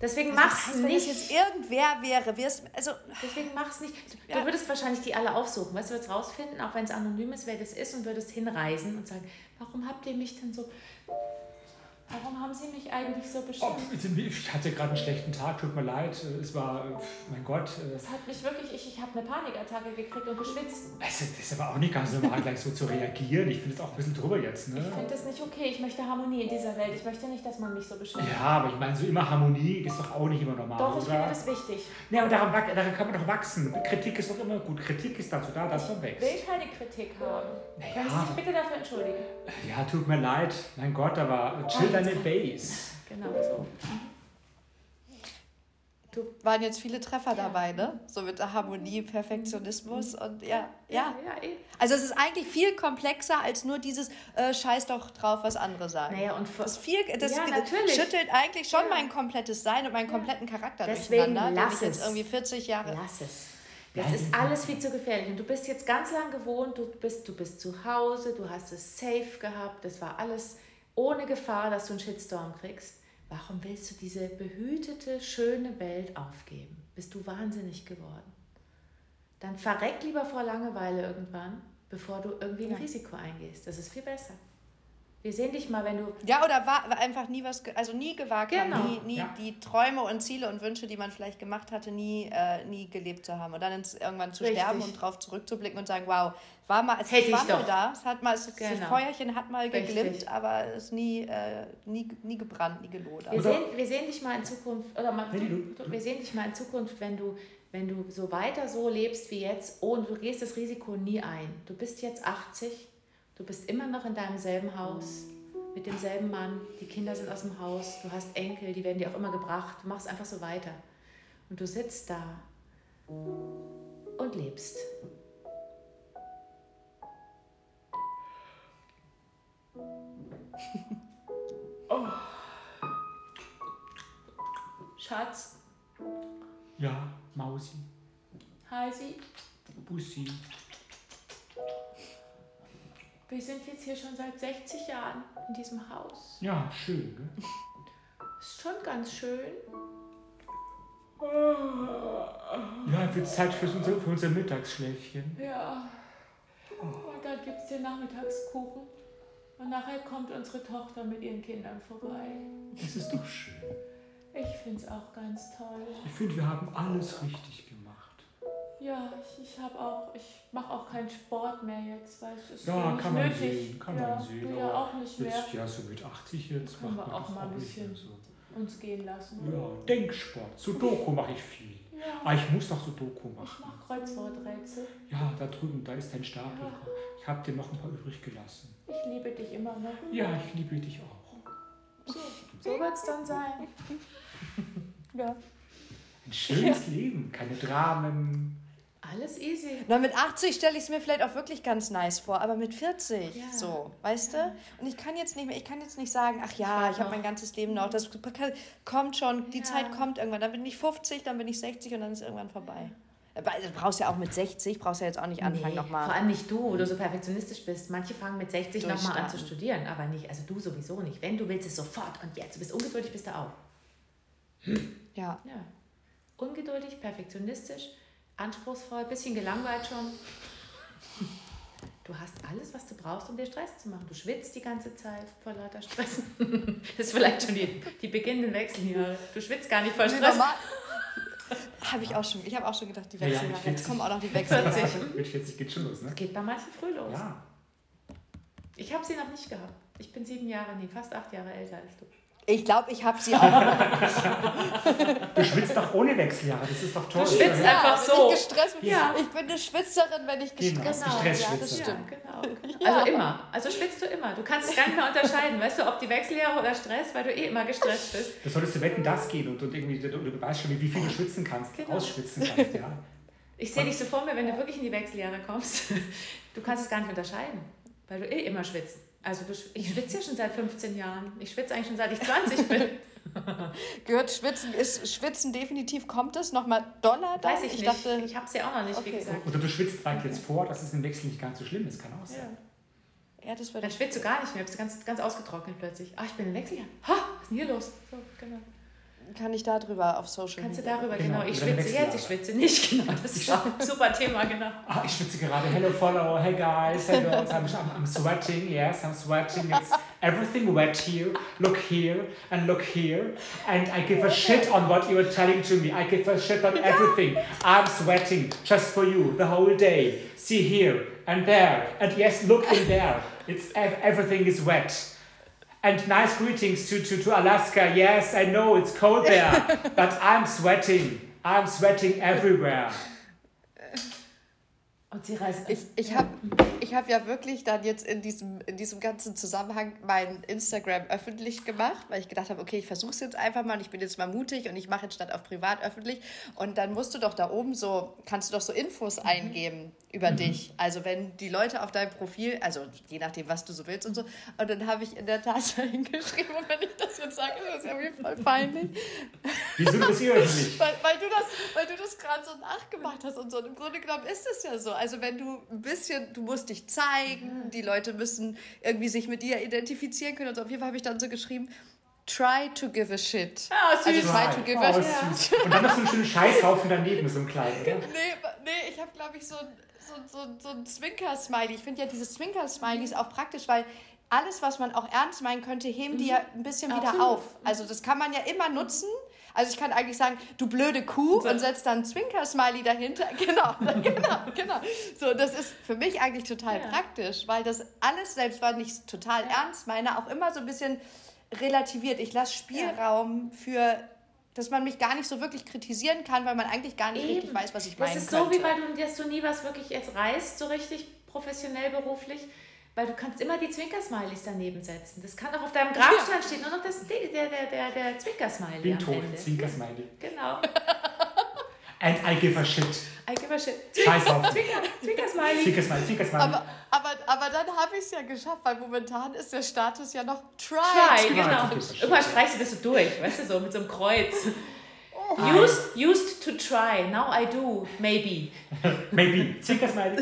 D: Deswegen
C: das
D: mach's
C: heißt, wenn das
D: nicht.
C: jetzt irgendwer wäre, wir es. Also,
D: Deswegen mach's nicht. Du, du würdest wahrscheinlich die alle aufsuchen. Weißt du, würdest rausfinden, auch wenn es anonym ist, wer das ist, und würdest hinreisen und sagen: Warum habt ihr mich denn so. Warum haben sie mich eigentlich so
B: Oh,
D: bestimmt?
B: ich hatte gerade einen schlechten Tag, tut mir leid. Es war, äh, mein Gott. äh,
D: Das hat mich wirklich. Ich, ich habe eine Panikattacke gekriegt und geschwitzt.
B: Es ist, ist aber auch nicht ganz normal, gleich so zu reagieren. Ich finde es auch ein bisschen drüber jetzt.
D: Ich
B: Ne?
D: finde das nicht okay. Ich möchte Harmonie in dieser Welt. Ich möchte nicht, dass man mich so beschimpft.
B: Ja, aber ich meine, so immer Harmonie ist doch auch nicht immer normal,
D: Doch, ich finde
B: oder?
D: das wichtig.
B: Ja, aber daran, wach- daran kann man doch wachsen. Kritik ist doch immer gut. Kritik ist dazu da, dass man
D: Ich will
B: wächst.
D: keine Kritik haben.
B: Naja.
D: Kannst du dich bitte dafür entschuldigen?
B: Ja, tut mir leid. Mein Gott, aber chill
D: Ah, jetzt
B: deine Base.
D: Genau so.
C: waren jetzt viele Treffer dabei, ne? So mit der Harmonie, Perfektionismus und ja, ja.
D: Mhm. ja, eh.
C: Also es ist eigentlich viel komplexer als nur dieses äh, Scheiß doch drauf, was andere sagen.
D: Naja, und vor-
C: das ist viel, das
D: Ja,
C: ge-
D: natürlich.
C: schüttelt eigentlich schon mein komplettes Sein und meinen kompletten Charakter
D: Deswegen
C: durcheinander,
D: lass
C: den ich jetzt
D: es.
C: irgendwie 40 Jahre.
D: lass es. Das ist
B: ja.
D: alles viel zu gefährlich. Und du bist jetzt ganz lang gewohnt, du bist, du bist zu Hause, du hast es safe gehabt, das war alles ohne Gefahr, dass du einen Shitstorm kriegst. Warum willst du diese behütete, schöne Welt aufgeben? Bist du wahnsinnig geworden? Dann verreck lieber vor Langeweile irgendwann, bevor du irgendwie ein Risiko eingehst. Das ist viel besser. Wir sehen dich mal, wenn du
C: Ja, oder war, war einfach nie was, ge- also nie gewagt
D: Genau.
C: haben, nie, nie
B: Ja.
C: die Träume und Ziele und Wünsche, die man vielleicht gemacht hatte, nie, äh, nie gelebt zu haben. Und dann ins, irgendwann zu
D: Richtig.
C: sterben und drauf zurückzublicken und sagen, wow, war mal, es
D: Hätte ich
C: war mal
D: doch.
C: da, es hat mal, es,
D: Genau.
C: das Feuerchen hat mal
D: Richtig.
C: geglimmt, aber es ist nie, äh, nie, nie gebrannt, nie gelodert.
D: Wir
B: Oder-
D: sehen, wir sehen dich mal in Zukunft, oder mal,
B: Nee, nee,
D: du,
B: du-
D: du, wir sehen dich mal in Zukunft, wenn du, wenn du so weiter so lebst wie jetzt, und du gehst das Risiko nie ein. Du bist jetzt 80, du bist immer noch in deinem selben Haus, mit demselben Mann, die Kinder sind aus dem Haus, du hast Enkel, die werden dir auch immer gebracht, du machst einfach so weiter. Und du sitzt da und lebst. Schatz,
B: Ja, Mausi,
D: Heisi,
B: Bussi.
D: wir sind jetzt hier schon seit 60 Jahren in diesem Haus.
B: Ja, schön, ne? gell?
D: Ist schon ganz schön.
B: Ja, wird Zeit für unser, für unser Mittagsschläfchen.
D: Ja. Oh Und dann gibt es den Nachmittagskuchen. Und nachher kommt unsere Tochter mit ihren Kindern vorbei.
B: Das ist doch schön.
D: Ich finde es auch ganz toll.
B: Ich finde, wir haben alles richtig gemacht.
D: Ja, ich, ich habe auch, ich mache auch keinen Sport mehr jetzt, weil es ist
B: Ja,
D: nicht
B: kann man
D: nötig.
B: sehen, kann
D: ja,
B: man sehen.
D: Du
B: aber
D: ja auch nicht mehr.
B: Jetzt, ja, so mit 80 jetzt
D: Können
B: macht
D: wir
B: man
D: auch
B: das
D: mal ein
B: nicht
D: bisschen.
B: mehr so.
D: Uns gehen lassen.
B: Ja, Denksport. Sudoku mache ich viel.
D: Ja.
B: Ah, ich muss noch Sudoku
D: Ich
B: machen.
D: mache Kreuzworträtsel.
B: Ja, da drüben, da ist dein Stapel.
D: Ja.
B: Ich habe dir noch ein paar übrig gelassen.
D: Ich liebe dich immer noch.
B: Ja, ich liebe dich auch.
D: So wird es dann sein.
C: Ja.
B: Ein schönes Leben, keine Dramen.
D: Alles easy.
C: Na, mit 80 stelle ich es mir vielleicht auch wirklich ganz nice vor, aber mit 40
D: Ja.
C: so, weißt du? Und ich kann jetzt nicht mehr, ich kann jetzt nicht sagen, ach ja, ich habe mein ganzes Leben noch, das kommt schon, die
D: Ja.
C: Zeit kommt irgendwann, dann bin ich 50, dann bin ich 60 und dann ist irgendwann vorbei. Äh, Weil Du brauchst ja auch mit 60, brauchst ja jetzt auch nicht anfangen
D: Vor
C: nochmal.
D: allem nicht du, wo du so perfektionistisch bist. Manche fangen mit 60 nochmal an zu
C: Durchstarten.
D: studieren, aber nicht, also du sowieso nicht. Wenn du willst, ist sofort und jetzt. Du bist ungeduldig, bist du auch.
C: Ja.
D: Ja. Ungeduldig, perfektionistisch, anspruchsvoll, bisschen gelangweilt schon. Du hast alles, was du brauchst, um dir Stress zu machen. Du schwitzt die ganze Zeit vor lauter Stress. Das ist vielleicht schon die, die beginnenden Wechseljahre. Du schwitzt gar nicht vor Stress.
C: Habe ich auch schon, ich habe auch schon gedacht, die
B: Ja, ja,
C: Wechseljahre.
B: ich
C: Jetzt
B: find's-
C: kommen auch noch die Wechseljahre.
B: Mit 40 geht schon los, ne?
D: Geht bei manchen früh los.
B: Ja.
D: Ich habe sie noch nicht gehabt. Ich bin sieben Jahre, nee, fast acht Jahre älter als du.
C: Ich glaube, ich habe sie auch.
B: Du schwitzt doch ohne Wechseljahre, das ist doch toll.
D: schwitzt
B: Also,
D: einfach
C: wenn
D: so.
C: Ich, gestresst bin.
D: Ja.
C: ich bin eine Schwitzerin, wenn ich
B: Genau,
C: gestresst
B: die
C: bin. Ja, das
B: Stressschwitzerin.
C: stimmt.
D: Ja, genau. genau. Also immer. Also schwitzt du immer. Du kannst es gar nicht mehr unterscheiden, weißt du, ob die Wechseljahre oder Stress, weil du eh immer gestresst bist.
B: Das solltest du wetten, das gehen und, und irgendwie, du, du weißt schon, wie viel du schwitzen kannst,
D: Genau.
B: ausschwitzen kannst, ja.
D: Ich sehe dich so vor mir, wenn du wirklich in die Wechseljahre kommst. Du kannst es gar nicht unterscheiden, weil du eh immer schwitzt. Also du, schw- ich schwitze ja schon seit 15 Jahren. Ich schwitze eigentlich schon seit ich 20 bin.
C: Gehört Schwitzen, ist Schwitzen definitiv, kommt es nochmal doller? dann?
D: Weiß ich, nicht.
C: dachte,
D: ich habe es ja auch noch nicht, wie
C: Okay.
D: gesagt.
B: Oder du schwitzt weit jetzt vor, das ist im Wechsel nicht ganz so schlimm, das kann auch sein.
C: ja, das würde
D: Dann schwitzt du gar nicht mehr, bist ganz, ganz ausgetrocknet plötzlich. Ah, ich bin im Wechseljahr. Ha, was ist denn hier los? So, genau.
C: Kann ich da drüber auf Social
D: Kannst du
C: Media?
D: darüber,
B: Genau,
D: genau. Ich
B: über den
D: schwitze jetzt, ich
B: Wechseljahre.
D: schwitze
B: schwitze
D: nicht. Genau, das ist auch ein super Thema, genau.
B: Ah, ich schwitze gerade. Hello, follow. Hey, guys. Hey, girls. I'm, I'm, I'm sweating. Yes, I'm sweating. It's everything wet here. Look here and look here. And I give a shit on what you are telling to me. I give a shit on everything. I'm sweating just for you the whole day. See here and there. And yes, look in there. It's ev- Everything is wet. And nice greetings to, to, to Alaska. Yes, I know it's cold there, but I'm sweating. I'm sweating everywhere.
D: Und sie reißt
C: Ich, ich habe ich hab ja wirklich dann jetzt in diesem, in diesem ganzen Zusammenhang mein Instagram öffentlich gemacht, weil ich gedacht habe, okay, ich versuche es jetzt einfach mal und ich bin jetzt mal mutig und ich mache jetzt statt auf privat öffentlich. Und dann musst du doch da oben so, kannst du doch so Infos eingeben über dich. Also wenn die Leute auf deinem Profil, also je nachdem, was du so willst und so. Und dann habe ich in der Tat hingeschrieben, und wenn ich das jetzt sage, ist das irgendwie voll peinlich.
B: Wieso bist ihr euch nicht?
C: Weil, weil du das, weil du das gerade so nachgemacht hast und so. Und im Grunde genommen ist es ja so. Also wenn du ein bisschen, du musst dich
D: Mhm.
C: zeigen, die Leute müssen irgendwie sich mit dir identifizieren können. Und so. auf jeden Fall habe ich dann so geschrieben, try to give a shit.
D: Ah, süß.
C: Also try
B: Nein.
C: to give
B: Oh,
C: a shit.
B: ist süß. Und dann noch so einen schönen Scheißhaufen daneben, so ein kleinen, oder?
C: Nee, nee, ich habe, glaube ich, so, ein- so, ein- so, ein- so ein Zwinker-Smiley. Ich finde ja diese Zwinker-Smileys auch praktisch, weil alles, was man auch ernst meinen könnte, heben die ja ein bisschen wieder auf. Also das kann man ja immer nutzen. Also ich kann eigentlich sagen, du blöde Kuh und setzt dann ein Zwinker-Smiley dahinter. Genau, genau, genau. So, das ist für mich eigentlich total
D: Ja.
C: praktisch, weil das alles, selbst wenn ich es total ernst meine, auch immer so ein bisschen relativiert. Ich lasse Spielraum für, dass man mich gar nicht so wirklich kritisieren kann, weil man eigentlich gar nicht richtig
D: Eben.
C: weiß, was Also ich
D: Das
C: meine.
D: ist so, wie weil du, dass du nie was wirklich jetzt reißt, so richtig professionell, beruflich. Weil du kannst immer die Zwinkersmileys daneben setzen. Das kann auch auf deinem Grabstein stehen, nur noch das, der, der, der, der, der Zwinkersmiley
B: Bin
D: am
B: tot,
D: Ende.
B: Zwinker-Smiley.
D: Genau.
B: And I give a shit.
D: I give a shit.
B: Scheißhaufen.
D: Zwinker, Zwinkersmiley.
B: Zwinker-Smiley, Zwinker-Smiley.
C: aber, aber, aber dann habe ich es ja geschafft, weil momentan ist der Status ja noch try.
D: Try,
B: Try
D: genau.
B: to give a shit.
D: Irgendwann streichst du das so durch, weißt du, so mit so einem Kreuz.
C: Oh.
D: Used, used to try, now I do, maybe.
B: Maybe. Zwinker-Smiley.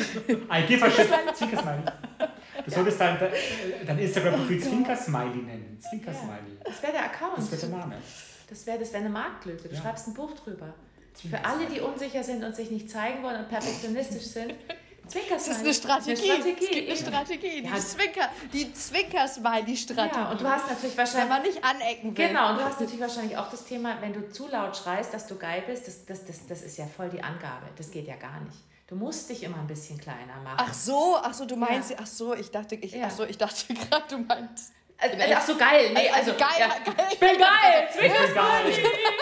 B: I give a shit. Zwinker-Smiley. Du solltest dein, dein Instagram-Profil Zwinker-Smiley nennen. Zwinker-Smiley.
D: Das wäre der
B: Das wird der
D: Account.
B: Name.
D: Das wäre das wär eine Marktlücke. Du
B: Ja.
D: schreibst ein Buch drüber. Für alle, die unsicher sind und sich nicht zeigen wollen und perfektionistisch sind, Zwinkersmiley.
C: Das ist eine Strategie.
D: Eine Strategie.
C: Es gibt eine
D: eben.
C: Strategie. Die
D: Ja.
C: Zwinker, die Zwinker-Smiley-Strategie.
D: Ja, und du hast natürlich
C: wenn
D: wahrscheinlich.
C: man nicht anecken will.
D: Genau, und du hast natürlich wahrscheinlich auch das Thema, wenn du zu laut schreist, dass du geil bist, das, das, das, das ist ja voll die Angabe. Das geht ja gar nicht. Du musst dich immer ein bisschen kleiner machen.
C: Ach so, ach so, du meinst,
D: Ja.
C: ach so, ich dachte, ich,
D: Ja.
C: ach so, ich dachte gerade, du meinst.
D: also, ach so, geil. Nee, also,
C: Also geil,
D: ja.
C: geil.
D: Ich bin geil. Zwinker-
B: Egal.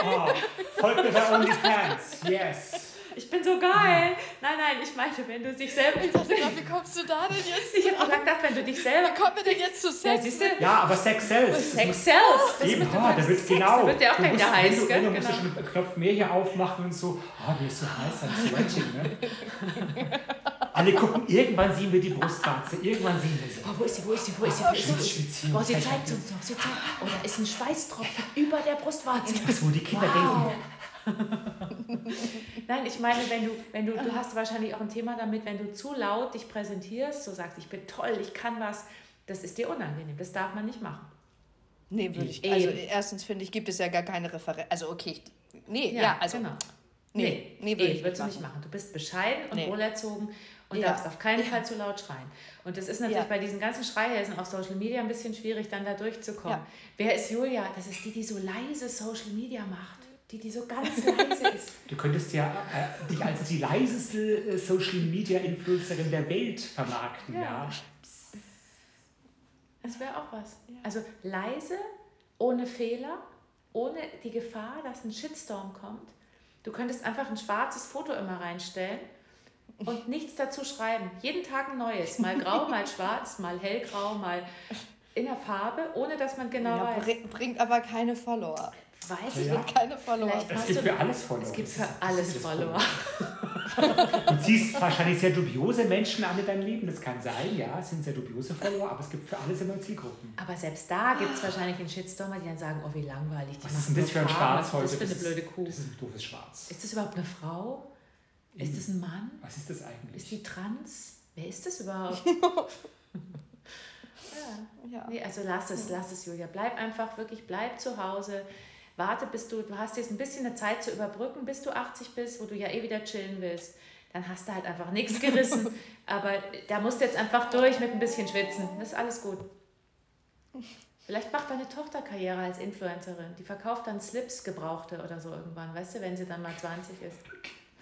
B: Oh, folgt mir bei OnlyFans. Yes.
D: Ich bin so geil. Nein, nein, ich meinte, wenn du dich selber.
C: Ich dachte grad, wie kommst du da denn jetzt?
D: Ich habe gedacht, wenn du dich selber.
C: Wie kommen wir denn jetzt zu
D: Ja,
C: Sex?
D: siehst du,
B: Ja, aber Sex sells. Das
D: Sex sells. Das
B: Eben,
D: mit dem
B: ah, da wird
D: Sex,
B: genau.
D: Da wird der auch
B: du
D: gleich
B: musst-
D: wieder
B: wenn
D: heiß,
B: du, wenn
D: gell?
B: du musst du
D: Genau.
B: schon einen Knopf mehr hier aufmachen und so, ah, mir ist so heiß, I'm sweating, ne? Alle gucken, irgendwann sehen wir die Brustwarze, irgendwann sehen wir sie. Ah,
D: Oh, wo ist sie, wo ist sie, wo ist sie, wo ist
B: Schwitz,
D: sie?
B: schwitz hier.
D: Oh, sie
B: Ah,
D: zeigt uns noch, sie zeigt. Oh, da ist ein Schweißtropfen über der Brustwarze.
B: Das, wo die Kinder denken,
D: Nein, ich meine, wenn du, wenn du, du hast wahrscheinlich auch ein Thema damit, wenn du zu laut dich präsentierst, so sagst, ich bin toll, ich kann was, das ist dir unangenehm, das darf man nicht machen.
C: Nee, würde ich.
D: Eben.
C: Also erstens finde ich, gibt es ja gar keine Referenz. Also okay, ich, nee, ja, also
D: genau.
C: nee, nee,
D: nee
C: würde ich nicht
D: würdest du
C: machen.
D: nicht machen. Du bist bescheiden und
C: Nee.
D: wohlerzogen und
C: Ja.
D: darfst auf keinen
C: Ja.
D: Fall zu laut schreien. Und das ist natürlich
C: Ja.
D: bei diesen ganzen Schreihälsen auf Social Media ein bisschen schwierig, dann da durchzukommen.
C: Ja.
D: Wer ist Julia? Das ist die, die so leise Social Media macht. Die, die so ganz leise ist.
B: Du könntest ja äh, dich als die leiseste äh, Social Media Influencerin der Welt vermarkten, ja.
D: Ja. Das wäre auch was. Also leise, ohne Fehler, ohne die Gefahr, dass ein Shitstorm kommt. Du könntest einfach ein schwarzes Foto immer reinstellen und nichts dazu schreiben. Jeden Tag ein neues. Mal grau, mal schwarz, mal hellgrau, mal in der Farbe, ohne dass man genau
C: Ja,
D: weiß.
C: bring, bringt aber keine Follower.
D: Weiß
B: Ja.
D: ich
C: Bringt keine Follower.
D: Vielleicht-
B: Es
D: Hast
B: gibt
D: du-
B: für alles Follower.
D: Es gibt
B: Das
D: für
B: ist- das
D: alles
B: ist das
D: Follower.
B: Problem. Du ziehst wahrscheinlich sehr dubiose Menschen an in dein Leben. Das kann sein, ja. Es sind sehr dubiose Follower, aber es gibt für alles immer Zielgruppen.
D: Aber selbst da gibt es wahrscheinlich einen Shitstormer, die dann sagen, oh wie langweilig. Die
B: Was ist denn
D: macht nur
B: das für ein
D: Farbe.
B: Schwarz heute?
D: Das ist für eine
B: ist-
D: blöde Kuh.
B: Das ist ein doofes Schwarz.
D: Ist das überhaupt eine Frau?
B: Hm.
D: Ist das ein Mann?
B: Was ist das eigentlich?
D: Ist die trans? Wer ist das überhaupt?
C: Ja.
D: Nee, also lass es, lass es, Julia. Bleib einfach wirklich, bleib zu Hause. Warte, bis du, du hast jetzt ein bisschen eine Zeit zu überbrücken, bis du 80 bist, wo du ja eh wieder chillen willst. Dann hast du halt einfach nichts gerissen. Aber da musst du jetzt einfach durch mit ein bisschen Schwitzen. Das ist alles gut. Vielleicht macht deine Tochter Karriere als Influencerin. Die verkauft dann Slips gebrauchte oder so irgendwann, weißt du, wenn sie dann mal 20 ist.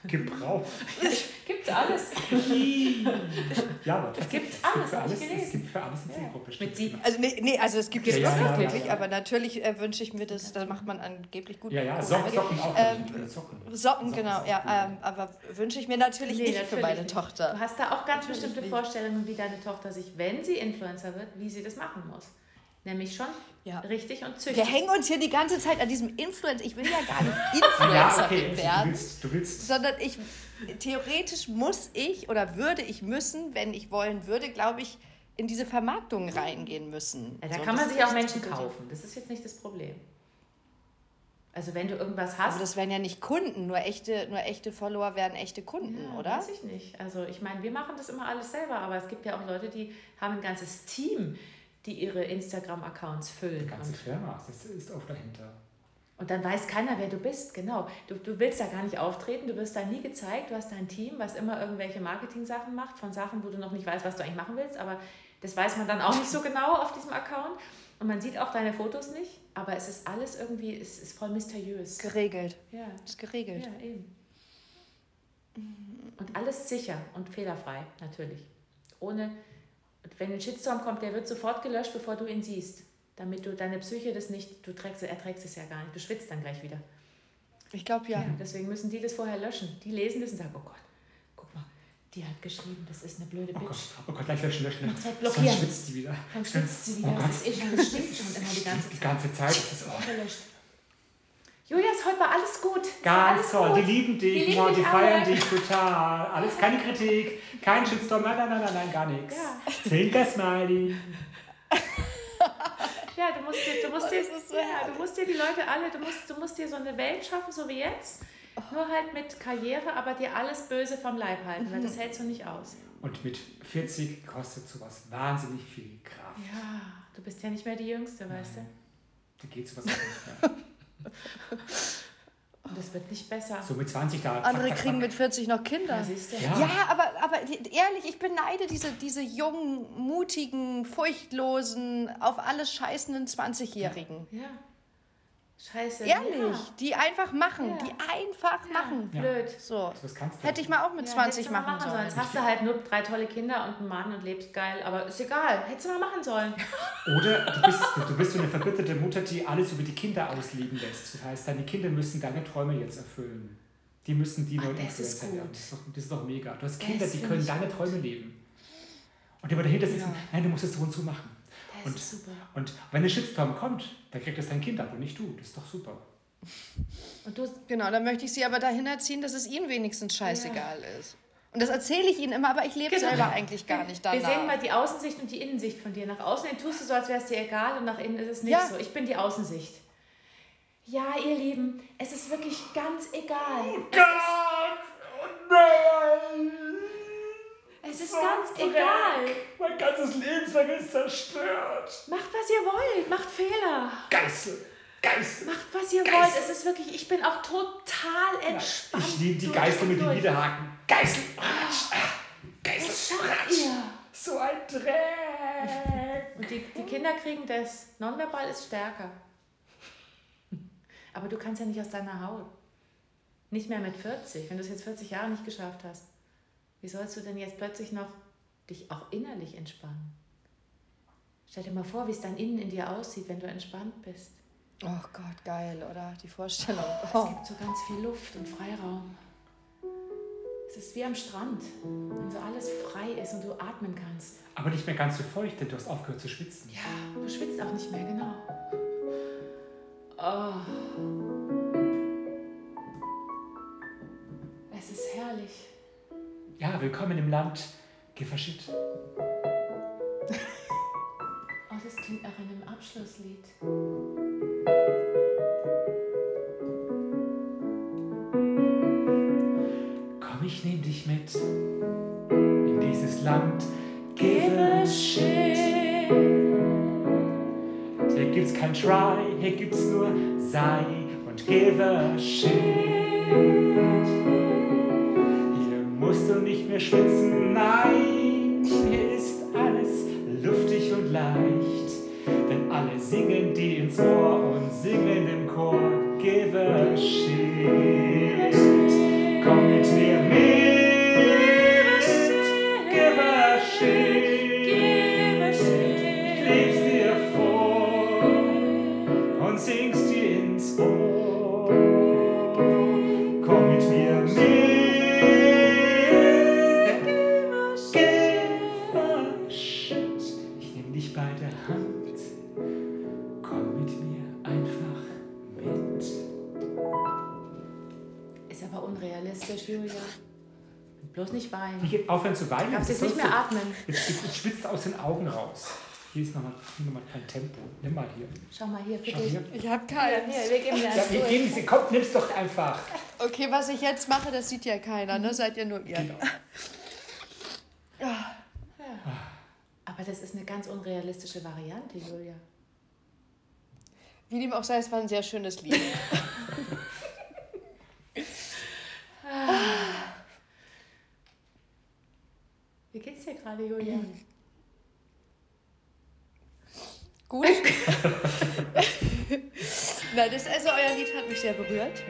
B: Gebraucht.
D: Gibt's alles.
B: Ja, aber es
D: gibt alles,
B: für
D: hab ich
B: alles es
D: gelesen.
B: gibt für alles eine Zielgruppe. stimmt. genau.
D: sieben.
C: Also nee, nee, also es gibt
B: Ja,
C: es
B: ja, ja,
C: wirklich,
B: ja, ja.
C: aber natürlich äh, wünsche ich mir das, da macht man angeblich gut.
B: Ja,
D: Oh,
B: ja,
C: gut,
B: Socken,
C: aber-
B: Socken auch.
C: Ähm,
B: natürlich, Socken.
C: Socken, genau,
B: sind
C: ja,
B: gut.
C: ähm, aber wünsche ich mir natürlich
D: Nee,
C: nicht für
D: natürlich
C: meine
D: nicht. Du
C: Tochter.
D: hast da auch ganz
C: Natürlich
D: bestimmte
C: nicht.
D: Vorstellungen, wie deine Tochter sich, wenn sie Influencer wird, wie sie das machen muss. Nämlich schon
C: Ja.
D: richtig und
C: Wir
D: züchtig.
C: hängen uns hier die ganze Zeit an diesem Influencer. Ich will ja gar nicht
B: ja,
C: Influencerin
B: okay. Du
C: werden.
B: willst, du willst
C: sondern ich theoretisch muss ich oder würde ich müssen, wenn ich wollen würde, glaube ich, in diese Vermarktung reingehen müssen.
D: Ja, da
C: So,
D: kann
C: das
D: man sich
C: ist
D: auch
C: echt
D: Menschen
C: gut.
D: kaufen. Das ist jetzt nicht das Problem. Also wenn du irgendwas hast,
C: Aber das wären ja nicht Kunden, nur echte, nur echte Follower wären echte Kunden,
D: Ja,
C: oder?
D: Weiß ich nicht. Also ich meine, wir machen das immer alles selber, aber es gibt ja auch Leute, die haben ein ganzes Team, die ihre Instagram-Accounts
B: die
D: füllen.
B: ganze
D: Und,
B: Firma. Das ist oft dahinter.
D: und dann weiß keiner, wer du bist, genau. Du, du willst da gar nicht auftreten, du wirst da nie gezeigt, du hast da ein Team, was immer irgendwelche Marketing-Sachen macht, von Sachen, wo du noch nicht weißt, was du eigentlich machen willst, aber das weiß man dann auch nicht so genau auf diesem Account. Und man sieht auch deine Fotos nicht, aber es ist alles irgendwie, es ist voll mysteriös.
C: Geregelt.
D: Ja.
C: Ist geregelt.
D: Ja, eben. Und alles sicher und fehlerfrei, natürlich. Ohne, und wenn ein Shitstorm kommt, der wird sofort gelöscht, bevor du ihn siehst. Damit du deine Psyche das nicht, du trägst, erträgst es ja gar nicht, du schwitzt dann gleich wieder.
C: Ich glaube ja.
D: Ja, deswegen müssen die das vorher löschen. Die lesen das und sagen, oh Gott, guck mal, die hat geschrieben, das ist eine blöde
B: Oh Gott,
D: Bitch.
B: oh Gott, gleich löschen, löschen.
D: Zeit
B: Sonst
D: blockieren.
B: schwitzt die wieder.
D: Dann schwitzt sie wieder,
B: Oh Gott.
D: das ist eh schon, das stinkt schon immer die ganze
B: Die
D: Zeit.
B: ganze Zeit. Das ist, oh,
D: Gelöscht. Julia, ist heute war alles gut. Es war
B: ganz
D: alles
B: toll.
D: gut.
B: Die lieben dich,
D: Die lieben
B: ja, die
D: dich
B: feiern
D: alle.
B: dich total. Alles keine Kritik, kein Shitstorm, nein, nein, nein, nein, nein gar nichts.
D: Ja.
B: Zwinker-Smiley.
D: Ja, du musst dir, du musst dir,
C: Oh, das ist so
D: ja, du musst dir die Leute alle, du musst, du musst dir so eine Welt schaffen, so wie jetzt.
C: Oh.
D: Nur halt mit Karriere, aber dir alles Böse vom Leib halten, weil
C: Mhm.
D: das hältst du nicht aus.
B: Und mit 40 kostet sowas wahnsinnig viel Kraft.
D: Ja, du bist ja nicht mehr die Jüngste, weißt du?
B: Da geht sowas auch nicht mehr.
D: Und das wird nicht besser.
B: So mit 20 da. zack,
C: Andere
B: zack,
C: kriegen
B: zack.
C: mit 40 noch Kinder.
D: Ja, siehst du.
B: Ja.
C: Ja, aber, aber ehrlich, ich beneide diese, diese jungen, mutigen, furchtlosen, auf alles scheißenden 20-Jährigen.
D: Ja. Scheiße.
C: Ehrlich, die einfach machen,
D: Ja.
C: die einfach
D: Ja.
C: machen.
D: Ja. Blöd.
C: So.
B: Sowas kannst du
C: Hätte ich mal auch mit
D: Ja,
C: 20
D: hättest du mal
C: machen sollen.
D: Jetzt hast du halt nur drei tolle Kinder und einen Mann und lebst geil, aber ist egal. Hättest du mal machen sollen.
B: Oder du bist, du bist so eine verbitterte Mutter, die alles über die Kinder ausleben lässt. Das heißt, deine Kinder müssen deine Träume jetzt erfüllen. Die müssen die
D: Ah,
B: neuen
D: das ist
B: Influencer
D: gut.
B: werden. Das ist, doch, das ist doch mega. Du hast Kinder, die
D: find
B: können
D: ich
B: deine Träume leben. Und immer dahinter sitzen, nein, du musst es so und so machen.
D: Das
B: Und,
D: ist super.
B: und wenn ein Shitstorm kommt, dann kriegt das dein Kind ab und nicht du. Das ist doch super.
D: Und du,
C: Genau, dann möchte ich sie aber dahin erziehen, dass es ihnen wenigstens scheißegal ist. Und das erzähle ich ihnen immer, aber ich lebe
D: Genau.
C: selber eigentlich gar nicht danach.
D: Wir sehen mal die Außensicht und die Innensicht von dir. Nach außen hin tust du so, als wäre es dir egal und nach innen ist es nicht
C: Ja.
D: so. Ich bin die Außensicht. Ja, ihr Lieben, es ist wirklich ganz
C: Oh
D: egal.
B: God! Nein!
D: Es ist
B: So
D: ganz
B: Dreck.
D: egal.
B: Mein ganzes Lebenswerk ist zerstört.
D: Macht, was ihr wollt. Macht Fehler.
B: Geißel! Geißel!
D: Macht, was ihr
B: Geist.
D: wollt. Es ist wirklich, ich bin auch total entspannt.
B: Ich nehme die
D: durch
B: Geißel
D: und
B: mit den
D: durch.
B: Widerhaken. Geißel! Ratsch! Ah,
D: Das
B: Geißel!
D: schafft
B: Ratsch!
D: ihr.
B: So ein Dreck!
D: Und die, die Kinder kriegen das. Nonverbal ist stärker. Aber du kannst ja nicht aus deiner Haut. Nicht mehr mit 40, wenn du es jetzt 40 Jahre nicht geschafft hast. Wie sollst du denn jetzt plötzlich noch dich auch innerlich entspannen? Stell dir mal vor, wie es dann innen in dir aussieht, wenn du entspannt bist.
C: Oh Gott, geil, oder? Die Vorstellung.
D: Es
C: Oh.
D: gibt so ganz viel Luft und Freiraum. Es ist wie am Strand, wenn so alles frei ist und du atmen kannst.
B: Aber nicht mehr ganz so feucht, denn du hast aufgehört zu schwitzen.
D: Ja, du schwitzt auch nicht mehr, genau. Oh. Es ist herrlich.
B: Ja, willkommen im Land. Giffershit.
D: Oh, das klingt nach einem Abschlusslied.
B: Komm, ich nehm dich mit in dieses Land. Giffershit. Hier gibt's kein Try, hier gibt's nur Sei und give a shit. Hier musst du nicht mehr schwitzen, nein, hier ist alles luftig und leicht. Denn alle singen dir ins Ohr und singen im Chor Give a shit. Komm mit mir mit, give a shit. Ich leb's dir vor und singst dir ins Ohr. Komm mit mir mit. Gib a shit. Ich nehm dich bei der Hand. Komm mit mir einfach mit.
D: Ist aber unrealistisch, Julia. Bloß nicht weinen.
B: Hier aufhören zu weinen.
D: Du darfst jetzt nicht mehr atmen.
B: Jetzt, jetzt, jetzt schwitzt aus den Augen raus. Hier ist nochmal noch mal kein Tempo. Nimm mal hier.
D: Schau mal hier,
B: Schau
D: bitte.
B: hier.
C: Ich hab keinen.
D: Hier, wir geben dir
B: Ja,
D: das
B: wir
D: durch.
B: geben sie. Komm, nimm's doch einfach.
C: Okay, was ich jetzt mache, das sieht ja keiner,
D: Mhm.
C: ne? Seid ihr nur ihr.
B: Genau.
D: Aber das ist eine ganz unrealistische Variante, Julia.
C: Wie dem auch sei, es war ein sehr schönes Lied.
D: Wie geht's dir gerade, Julia?
B: Mhm.
C: Gut. Nein, das, also euer Lied hat mich sehr berührt.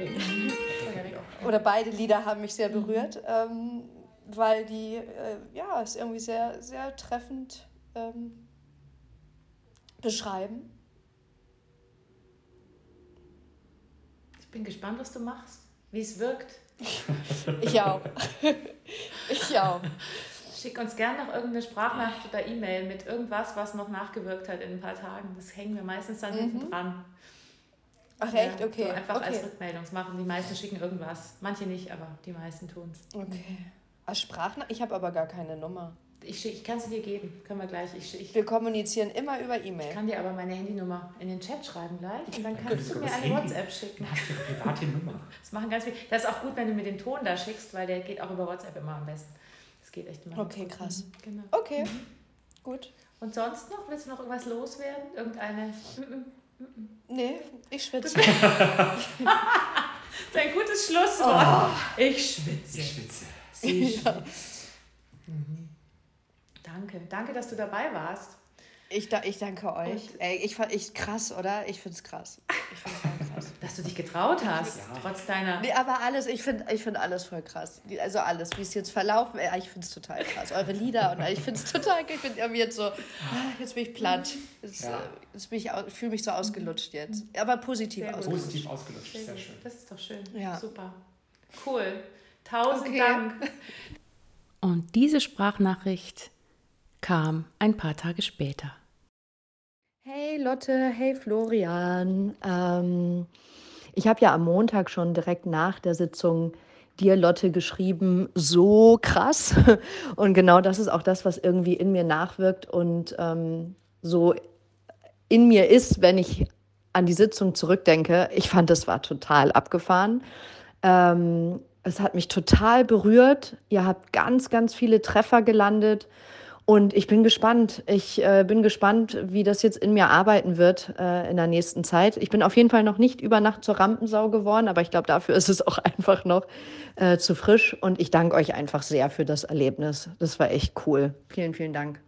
C: Oder beide Lieder haben mich
D: Mhm.
C: sehr berührt, ähm, weil die, äh, ja, es irgendwie sehr, sehr treffend ähm, beschreiben.
D: Ich bin gespannt, was du machst, wie es wirkt.
C: Ich auch. ich auch.
D: Schick uns gerne noch irgendeine Sprachnachricht oder E-Mail mit irgendwas, was noch nachgewirkt hat in ein paar Tagen. Das hängen wir meistens dann hinten dran.
C: Mhm. Ach echt?
D: Ja,
C: Okay.
D: So einfach als
C: okay.
D: Rückmeldung. Das machen die meisten, schicken irgendwas. Manche nicht, aber die meisten tun es.
C: okay. Als Sprachnachricht? Ich habe aber gar keine Nummer.
D: Ich, schick- ich kann sie dir geben, können wir gleich. Ich, schick- ich
C: Wir kommunizieren immer über E-Mail.
D: kann dir aber meine Handynummer in den Chat schreiben gleich und dann kannst
B: könntest
D: du
B: du
D: mir
B: das
D: eine
B: Handy-
D: WhatsApp schicken.
B: Dann hast du ihre private Nummer.
D: Das machen ganz viele. Das ist auch gut, wenn du mir den Ton da schickst, weil der geht auch über WhatsApp immer am besten. Das geht echt immer.
C: Okay,
D: ganz gut.
C: krass.
D: Mhm, Genau.
C: Okay. Gut.
D: Und sonst noch? Willst du noch irgendwas loswerden? Irgendeine.
C: Nee, ich schwitze.
D: Das ist ein gutes Schlusswort. Ich schwitze.
B: Ich schwitze.
D: Sie schwitzt. Danke, danke, dass du dabei warst.
C: Ich, da, ich danke euch.
D: Und-
C: Ey, ich, fa- ich krass, oder? Ich find's krass. Ich find's voll krass.
D: Dass du dich getraut hast, trotz deiner.
C: Nee, aber alles, ich finde ich find alles voll krass. Die- Also alles, wie es jetzt verlaufen, ey, ich find's total krass. Eure Lieder und ich find's total, ich bin irgendwie jetzt so, ah, jetzt bin ich platt. Jetzt,
B: Ja.
C: äh, jetzt bin ich, fühle mich so ausgelutscht jetzt. Aber positiv
D: Sehr gut.
C: ausgelutscht.
B: Positiv ausgelutscht. Sehr schön.
D: Das ist doch schön.
C: Ja.
D: Super. Cool. Tausend
C: Okay.
D: Dank.
E: Und diese Sprachnachricht kam ein paar Tage später.
F: Hey Lotte, hey Florian. Ähm, ich habe ja am Montag schon direkt nach der Sitzung dir, Lotte, geschrieben, so krass. Und genau das ist auch das, was irgendwie in mir nachwirkt und ähm, so in mir ist, wenn ich
C: an die Sitzung zurückdenke, ich fand, das war total abgefahren. Ähm, es hat mich total berührt. Ihr habt ganz, ganz viele Treffer gelandet. Und ich bin gespannt. Ich äh, bin gespannt, wie das jetzt in mir arbeiten wird äh, in der nächsten Zeit. Ich bin auf jeden Fall noch nicht über Nacht zur Rampensau geworden, aber ich glaube, dafür ist es auch einfach noch äh, zu frisch. Und ich danke euch einfach sehr für das Erlebnis. Das war echt cool. Vielen, vielen Dank.